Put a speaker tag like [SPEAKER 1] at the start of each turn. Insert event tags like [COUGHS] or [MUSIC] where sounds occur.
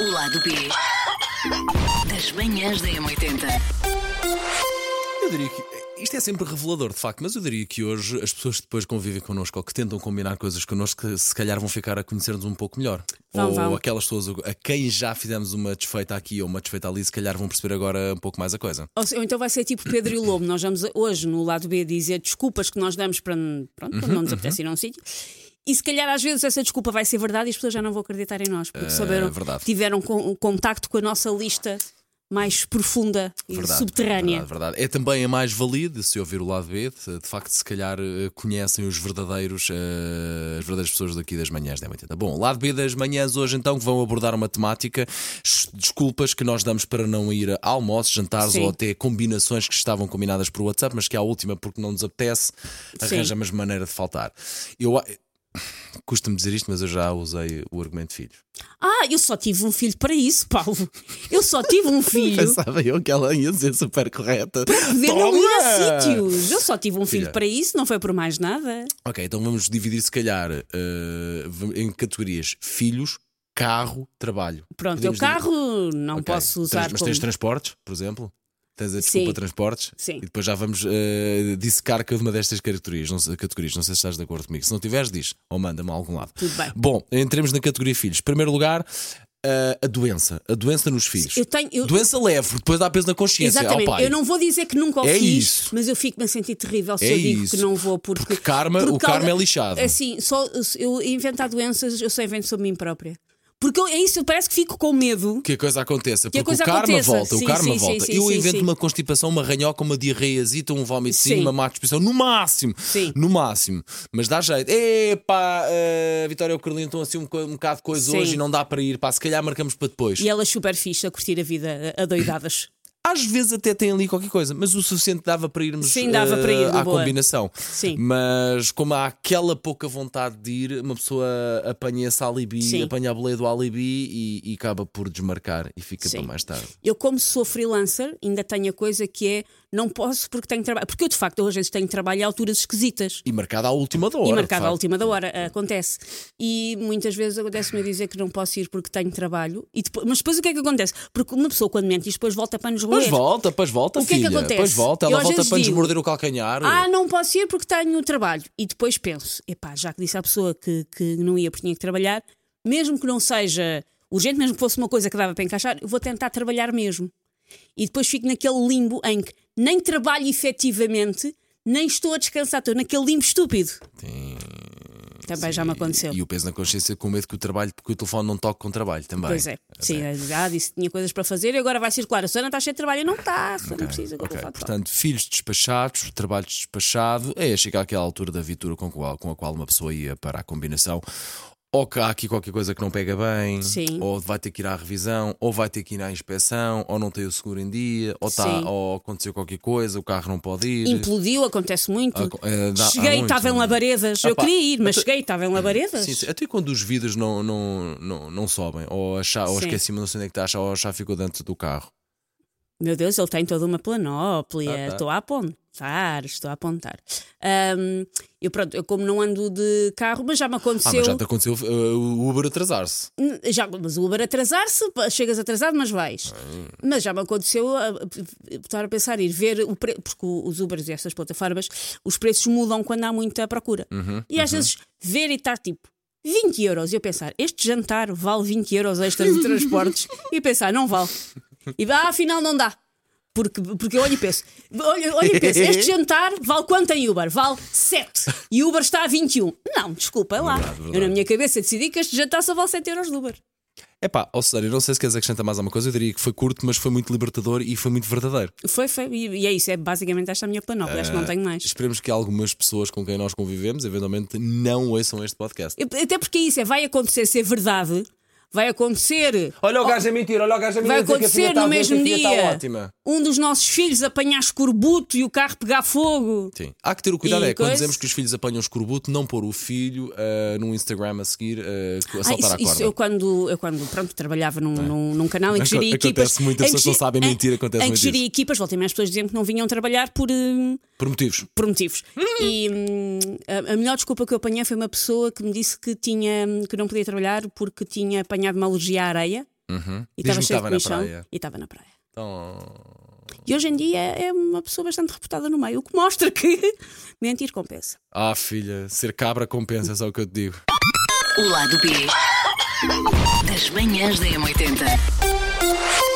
[SPEAKER 1] O lado B das manhãs da M80.
[SPEAKER 2] Eu diria que isto é sempre revelador, de facto, mas eu diria que hoje as pessoas que depois convivem connosco ou que tentam combinar coisas connosco, que se calhar vão ficar a conhecer-nos um pouco melhor.
[SPEAKER 3] Vão,
[SPEAKER 2] ou
[SPEAKER 3] vão.
[SPEAKER 2] aquelas pessoas a quem já fizemos uma desfeita aqui ou uma desfeita ali, se calhar vão perceber agora um pouco mais a coisa.
[SPEAKER 3] Ou, se- ou então vai ser tipo Pedro e o Lobo. Nós vamos hoje no lado B dizer desculpas que nós damos para pronto, quando não
[SPEAKER 2] Uhum,
[SPEAKER 3] nos apetece ir a um sítio. E se calhar às vezes essa desculpa vai ser verdade e as pessoas já não vão acreditar em nós, porque souberam,
[SPEAKER 2] É verdade.
[SPEAKER 3] tiveram con- contacto com a nossa lista mais profunda e subterrânea.
[SPEAKER 2] Verdade, verdade. É também a mais valida se ouvir o lado B. De de facto, se calhar eh, conhecem os verdadeiros, eh, as verdadeiras pessoas daqui das manhãs da M80. Bom, lado B das manhãs hoje então, que vão abordar uma temática, s- desculpas que nós damos para não ir a almoços, jantares
[SPEAKER 3] Sim.
[SPEAKER 2] ou até combinações que estavam combinadas por WhatsApp, mas que à última, porque não nos apetece,
[SPEAKER 3] Sim.
[SPEAKER 2] arranjamos maneira de faltar. Eu. a- Custa-me dizer isto, mas eu já usei o argumento de filhos.
[SPEAKER 3] Ah, eu só tive um filho para isso, Paulo. Eu só tive
[SPEAKER 2] [LAUGHS]
[SPEAKER 3] um filho
[SPEAKER 2] Pensava eu que ela ia ser super correta.
[SPEAKER 3] de não ir
[SPEAKER 2] Toma!
[SPEAKER 3] a sítios. Eu só tive um filho
[SPEAKER 2] Filha.
[SPEAKER 3] para isso, não foi por mais nada.
[SPEAKER 2] Ok, então vamos dividir, se calhar, eh, v- em categorias: filhos, carro, trabalho.
[SPEAKER 3] Pronto,
[SPEAKER 2] Podemos
[SPEAKER 3] eu carro não
[SPEAKER 2] Ok,
[SPEAKER 3] posso
[SPEAKER 2] trans-
[SPEAKER 3] usar
[SPEAKER 2] Mas
[SPEAKER 3] como...
[SPEAKER 2] tens transportes, por exemplo? Tens a desculpa
[SPEAKER 3] Sim.
[SPEAKER 2] transportes?
[SPEAKER 3] Sim.
[SPEAKER 2] E depois já vamos eh, dissecar cada uma destas categorias. Não, sei, categorias. não sei se estás de acordo comigo. Se não tiveres, diz ou manda-me a algum lado.
[SPEAKER 3] Tudo bem.
[SPEAKER 2] Bom, entremos na categoria filhos. Primeiro lugar. eh, a doença, a doença nos filhos.
[SPEAKER 3] Eu tenho- eu-
[SPEAKER 2] Doença leve, porque depois dá peso na consciência.
[SPEAKER 3] Exatamente.
[SPEAKER 2] Ao pai.
[SPEAKER 3] Eu não vou dizer que nunca o
[SPEAKER 2] É
[SPEAKER 3] fiz,
[SPEAKER 2] isso.
[SPEAKER 3] mas eu fico-me a sentir terrível se
[SPEAKER 2] É
[SPEAKER 3] eu digo
[SPEAKER 2] isso.
[SPEAKER 3] que não vou, porque.
[SPEAKER 2] Porque karma- o karma é lixado.
[SPEAKER 3] Assim, só eu inventar doenças, eu só invento sobre mim própria. Porque eu- é isso, eu parece que fico com medo.
[SPEAKER 2] que a coisa aconteça,
[SPEAKER 3] Que a
[SPEAKER 2] porque
[SPEAKER 3] coisa
[SPEAKER 2] o karma
[SPEAKER 3] aconteça.
[SPEAKER 2] volta, o
[SPEAKER 3] Sim,
[SPEAKER 2] karma
[SPEAKER 3] sim, sim,
[SPEAKER 2] volta.
[SPEAKER 3] sim,
[SPEAKER 2] eu
[SPEAKER 3] sim,
[SPEAKER 2] invento
[SPEAKER 3] sim.
[SPEAKER 2] uma constipação, uma ranhoca, uma diarreiazita, um vómito, sim,
[SPEAKER 3] Sim.
[SPEAKER 2] uma má disposição, no máximo,
[SPEAKER 3] Sim.
[SPEAKER 2] no máximo. Mas dá jeito. Epá, eh, Vitória e o Carlinho estão assim um, co- um bocado de coisa
[SPEAKER 3] Sim.
[SPEAKER 2] hoje e não dá para ir, pá, se calhar marcamos para depois.
[SPEAKER 3] E elas super fixe a curtir a vida a
[SPEAKER 2] [COUGHS]
[SPEAKER 3] doidadas.
[SPEAKER 2] Às vezes até tem ali qualquer coisa, mas o suficiente dava para irmos
[SPEAKER 3] Sim, dava para ir,
[SPEAKER 2] eh,
[SPEAKER 3] na
[SPEAKER 2] à
[SPEAKER 3] boa.
[SPEAKER 2] combinação.
[SPEAKER 3] Sim.
[SPEAKER 2] Mas como há aquela pouca vontade de ir, uma pessoa apanha esse alibi,
[SPEAKER 3] Sim.
[SPEAKER 2] apanha a boleia do alibi e, e acaba por desmarcar e fica
[SPEAKER 3] Sim.
[SPEAKER 2] para mais tarde.
[SPEAKER 3] Eu, como sou freelancer, ainda tenho a coisa que é não posso porque tenho trabalho. Porque eu, de facto, hoje tenho trabalho a alturas esquisitas.
[SPEAKER 2] E marcada à última da hora.
[SPEAKER 3] e
[SPEAKER 2] de
[SPEAKER 3] marcado à
[SPEAKER 2] facto.
[SPEAKER 3] última da hora, acontece. E muitas vezes acontece-me a dizer que não posso ir porque tenho trabalho. E depois- mas depois o que é que acontece? Porque uma pessoa quando mente isto depois volta para nos
[SPEAKER 2] Pois
[SPEAKER 3] roer.
[SPEAKER 2] volta, pois volta,
[SPEAKER 3] O que é que
[SPEAKER 2] filha.
[SPEAKER 3] acontece?
[SPEAKER 2] Pois volta, ela
[SPEAKER 3] Eu às
[SPEAKER 2] volta
[SPEAKER 3] vezes
[SPEAKER 2] para nos
[SPEAKER 3] digo,
[SPEAKER 2] morder o calcanhar.
[SPEAKER 3] Ah, não posso ir porque tenho trabalho. E depois penso, epá, já que disse à pessoa que, que não ia porque tinha que trabalhar, mesmo que não seja urgente, mesmo que fosse uma coisa que dava para encaixar, eu vou tentar trabalhar mesmo. E depois fico naquele limbo em que nem trabalho efetivamente, nem estou a descansar, estou naquele limbo estúpido. Também já me aconteceu.
[SPEAKER 2] E o peso na consciência com medo que o trabalho, porque o telefone não toque com o trabalho também.
[SPEAKER 3] Pois é, sim, já disse que tinha coisas para fazer e agora vai circular. A Sona está cheia de trabalho, Eu não está, a Sona precisa que eu
[SPEAKER 2] Ok,
[SPEAKER 3] vou falar de trabalho.
[SPEAKER 2] Portanto, filhos despachados, trabalho despachado, é chegar àquela altura da vitura com a qual, com a qual uma pessoa ia para a combinação. Ou que há aqui qualquer coisa que não pega bem,
[SPEAKER 3] Sim.
[SPEAKER 2] ou vai ter que ir à revisão, ou vai ter que ir à inspeção, ou não tem o seguro em dia, ou, tá,
[SPEAKER 3] Sim.
[SPEAKER 2] ou aconteceu qualquer coisa, o carro não pode ir.
[SPEAKER 3] Implodiu, acontece muito.
[SPEAKER 2] Ah, co- eh, dá- há
[SPEAKER 3] cheguei e
[SPEAKER 2] muito,
[SPEAKER 3] estava em
[SPEAKER 2] não é?
[SPEAKER 3] labaredas. Eu
[SPEAKER 2] Opa,
[SPEAKER 3] queria ir, mas cheguei e estava em labaredas.
[SPEAKER 2] Sim, sim. Até quando os vidros não, não, não, não sobem, ou, a chá, ou
[SPEAKER 3] Sim.
[SPEAKER 2] esqueci-me, não sei onde é que está a chá, ou a chá ficou dentro do carro.
[SPEAKER 3] Meu Deus, ele tem toda uma
[SPEAKER 2] Ah,
[SPEAKER 3] planóplia.
[SPEAKER 2] tá.
[SPEAKER 3] Estou a apontar, estou a apontar. Ahm, eu, pronto, eu como não ando de carro, mas já me
[SPEAKER 2] Ah,
[SPEAKER 3] aconteceu.
[SPEAKER 2] mas já te aconteceu uh, o Uber atrasar-se.
[SPEAKER 3] Hum, já- mas o Uber atrasar-se, pá, chegas atrasado, mas vais. Mas já me aconteceu ah, estar a pensar ir ver o pre... porque o- os Ubers e estas plataformas, os preços mudam quando há muita procura. e às vezes ver e estar tipo 20 euros e eu pensar, este jantar vale 20 euros extra de transportes e pensar, não vale. E ah, afinal não dá. Porque, porque eu olho e penso, olho, olho e penso,
[SPEAKER 2] [LAUGHS]
[SPEAKER 3] este jantar vale quanto em Uber? Vale 7. E Uber está a 21. Não, desculpa é lá.
[SPEAKER 2] Verdade, verdade.
[SPEAKER 3] Eu na minha cabeça decidi que este jantar só vale 7 euros de Uber.
[SPEAKER 2] É pá, ó Cesar, eu não sei se queres acrescentar mais alguma coisa, eu diria que foi curto, mas foi muito libertador e foi muito verdadeiro.
[SPEAKER 3] Foi, foi. E, e é isso, é basicamente esta a minha planóplia. Acho que
[SPEAKER 2] Eh,
[SPEAKER 3] não tenho mais.
[SPEAKER 2] Esperemos que algumas pessoas com quem nós convivemos eventualmente não ouçam este podcast.
[SPEAKER 3] Eu- Até porque é isso é, vai acontecer ser verdade, vai acontecer.
[SPEAKER 2] Olha o gajo a mentir, olha o gajo a tá mentir.
[SPEAKER 3] Oh, Vai acontecer no mesmo dia um dos nossos filhos apanhar escorbuto e o carro pegar fogo.
[SPEAKER 2] Sim. Há que ter o cuidado, é
[SPEAKER 3] E
[SPEAKER 2] quando
[SPEAKER 3] coisa-
[SPEAKER 2] dizemos que os filhos apanham escorbuto, não pôr o filho ah, no Instagram a seguir, ah, a
[SPEAKER 3] Ah,
[SPEAKER 2] saltar
[SPEAKER 3] isso,
[SPEAKER 2] à
[SPEAKER 3] isso
[SPEAKER 2] corda. Tá.
[SPEAKER 3] eu quando, eu quando pronto, trabalhava num, num, num canal em que
[SPEAKER 2] Aco-
[SPEAKER 3] geria
[SPEAKER 2] acontece
[SPEAKER 3] equipas.
[SPEAKER 2] muito, as
[SPEAKER 3] em que
[SPEAKER 2] pessoas não
[SPEAKER 3] ge-
[SPEAKER 2] sabem
[SPEAKER 3] em-
[SPEAKER 2] mentir, acontece
[SPEAKER 3] Em que
[SPEAKER 2] muito
[SPEAKER 3] geria equipas, voltem-me as pessoas diziam que não vinham trabalhar por, hum,
[SPEAKER 2] Por motivos.
[SPEAKER 3] por motivos. E hum, a, a melhor desculpa que eu apanhei foi uma pessoa que me disse que, tinha, hum, que não podia trabalhar porque tinha apanhado uma alergia à areia. E
[SPEAKER 2] Uhum. Diz-me
[SPEAKER 3] estava
[SPEAKER 2] que
[SPEAKER 3] cheio
[SPEAKER 2] estava
[SPEAKER 3] de
[SPEAKER 2] na
[SPEAKER 3] comichão
[SPEAKER 2] praia.
[SPEAKER 3] e estava na praia.
[SPEAKER 2] Então,
[SPEAKER 3] E hoje em dia é uma pessoa bastante reputada no meio, o que mostra que [LAUGHS] mentir compensa.
[SPEAKER 2] ah, filha, ser cabra compensa, é só o que eu te digo.
[SPEAKER 1] O lado B das manhãs da M80.